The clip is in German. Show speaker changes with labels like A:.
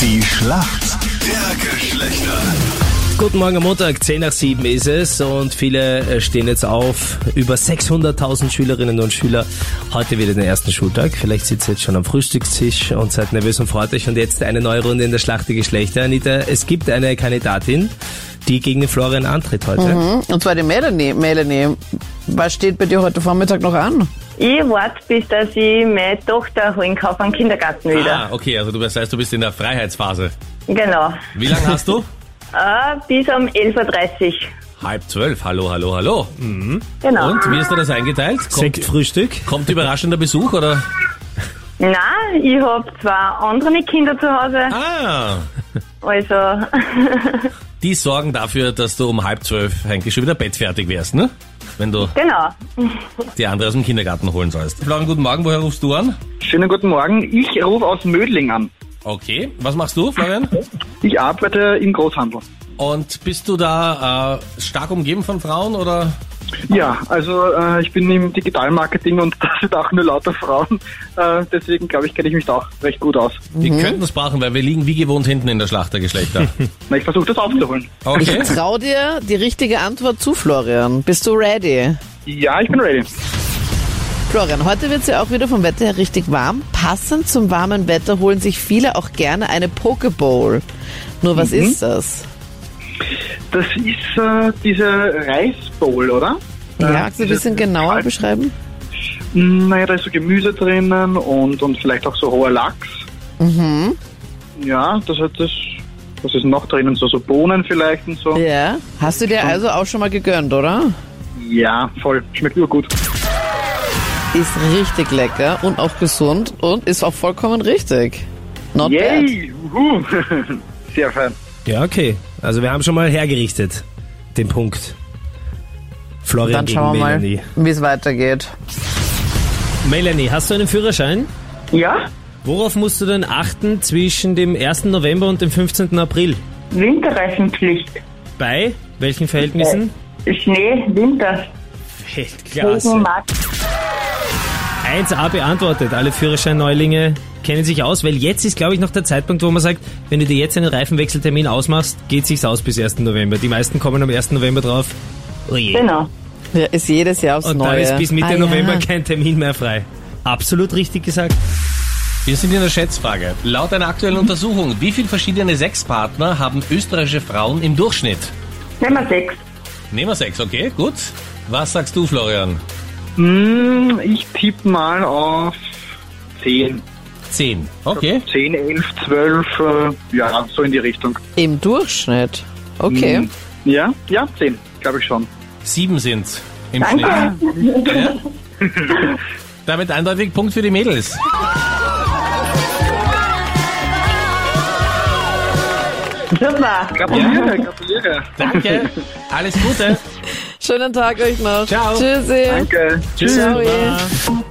A: Die Schlacht der Geschlechter.
B: Guten Morgen am Montag, 10 nach 7 ist es und viele äh, stehen jetzt auf. Über 600.000 Schülerinnen und Schüler heute wieder den ersten Schultag. Vielleicht sitzt ihr jetzt schon am Frühstückstisch und seid nervös und freut euch. Und jetzt eine neue Runde in der Schlacht der Geschlechter. Anita, es gibt eine Kandidatin, die gegen den Florian antritt heute.
C: Mhm. Und zwar die Melanie. Melanie, was steht bei dir heute Vormittag noch an?
D: Ich warte, bis dass ich meine Tochter holen kann vom Kindergarten wieder.
E: Ah, okay, also du, das heißt, du bist in der Freiheitsphase.
D: Genau.
E: Wie lange hast du?
D: Äh, bis um 11.30 Uhr.
E: Halb zwölf, hallo, hallo, hallo.
D: Genau.
E: Und wie hast du das eingeteilt? Kommt,
B: Sektfrühstück.
E: kommt überraschender Besuch oder?
D: Nein, ich habe zwei andere Kinder zu Hause.
E: Ah,
D: Also,
E: die sorgen dafür, dass du um halb zwölf eigentlich schon wieder bettfertig wärst, ne? Wenn du
D: genau.
E: die andere aus dem Kindergarten holen sollst. Florian, guten Morgen, woher rufst du an?
F: Schönen guten Morgen. Ich rufe aus Mödling an.
E: Okay, was machst du, Florian?
F: Ich arbeite im Großhandel.
E: Und bist du da äh, stark umgeben von Frauen oder?
F: Ja, also äh, ich bin im Digitalmarketing und das sind auch nur lauter Frauen. Äh, deswegen glaube ich, kenne ich mich da auch recht gut aus.
E: Wir
G: Mhm.
E: könnten es brauchen, weil wir liegen wie gewohnt hinten in der Schlacht der Geschlechter.
F: Na, ich versuche das aufzuholen.
E: Okay.
C: Ich trau dir die richtige Antwort zu, Florian. Bist du ready?
F: Ja, ich bin ready.
C: Florian, heute wird es ja auch wieder vom Wetter her richtig warm. Passend zum warmen Wetter holen sich viele auch gerne eine Pokeball. Nur was ist das?
F: Das ist äh, diese Reisbowl, oder?
C: Ja,
F: Äh,
C: kannst du ein
F: diese-
C: bisschen genauer
F: Halt-
C: beschreiben?
F: Mm, Naja, da ist so Gemüse drinnen und, und vielleicht auch so hoher Lachs. Mhm. Ja, das hat das. Was ist noch drinnen? So, so Bohnen vielleicht und so.
C: Ja. Hast du dir also auch schon mal gegönnt, oder?
F: Ja, voll. Schmeckt urgut.
C: Ist richtig lecker und auch gesund und ist auch vollkommen richtig. Not bad.
F: Yay! Uhu. Sehr fein.
B: Ja, okay. Also wir haben schon mal hergerichtet, den Punkt. Florian
C: Dann
B: gegen
C: schauen wir
B: Melanie.
C: mal, wie es weitergeht.
G: Melanie, hast du einen Führerschein?
D: Ja,
G: Worauf musst du denn achten zwischen dem 1. November und dem 15. April?
D: Winterreifenpflicht. Äh,
G: Bei welchen Verhältnissen?
D: Schnee, Winter,
G: Weltklasse.
D: Regenmarkt.
G: 1a beantwortet. Alle Führerscheinneulinge kennen sich aus, weil jetzt ist, glaube ich, noch der Zeitpunkt, wo man sagt, wenn du dir jetzt einen Reifenwechseltermin ausmachst, geht sich's aus bis 1. November. Die meisten kommen am 1. November drauf. Oje.
D: Genau.
C: Ja, ist jedes Jahr aufs
G: Und
C: Neue.
G: da ist bis Mitte
C: Ah, ja.
G: November kein Termin mehr frei. Absolut richtig gesagt.
E: Wir sind in der Schätzfrage. Laut einer aktuellen Untersuchung, wie viele verschiedene Sexpartner haben österreichische Frauen im Durchschnitt?
D: Nehmen wir sechs.
E: Nehmen wir sechs, okay, gut. Was sagst du, Florian?
F: Mm, Ich tippe mal auf 10.
E: Zehn. Okay.
F: 10, 11, 12, äh, ja, so in die Richtung.
C: Im Durchschnitt. Okay.
G: Mhm.
F: Mm, Ja, ja, 10, glaube ich schon.
E: Sieben sind's im Schnitt.
D: Danke.
E: Damit eindeutig Punkt für die Mädels.
D: Super.
F: Gratuliere, gratuliere.
E: Danke. Alles Gute.
C: Schönen Tag euch noch.
E: Ciao.
C: Tschüssi.
F: Danke.
C: Ciao.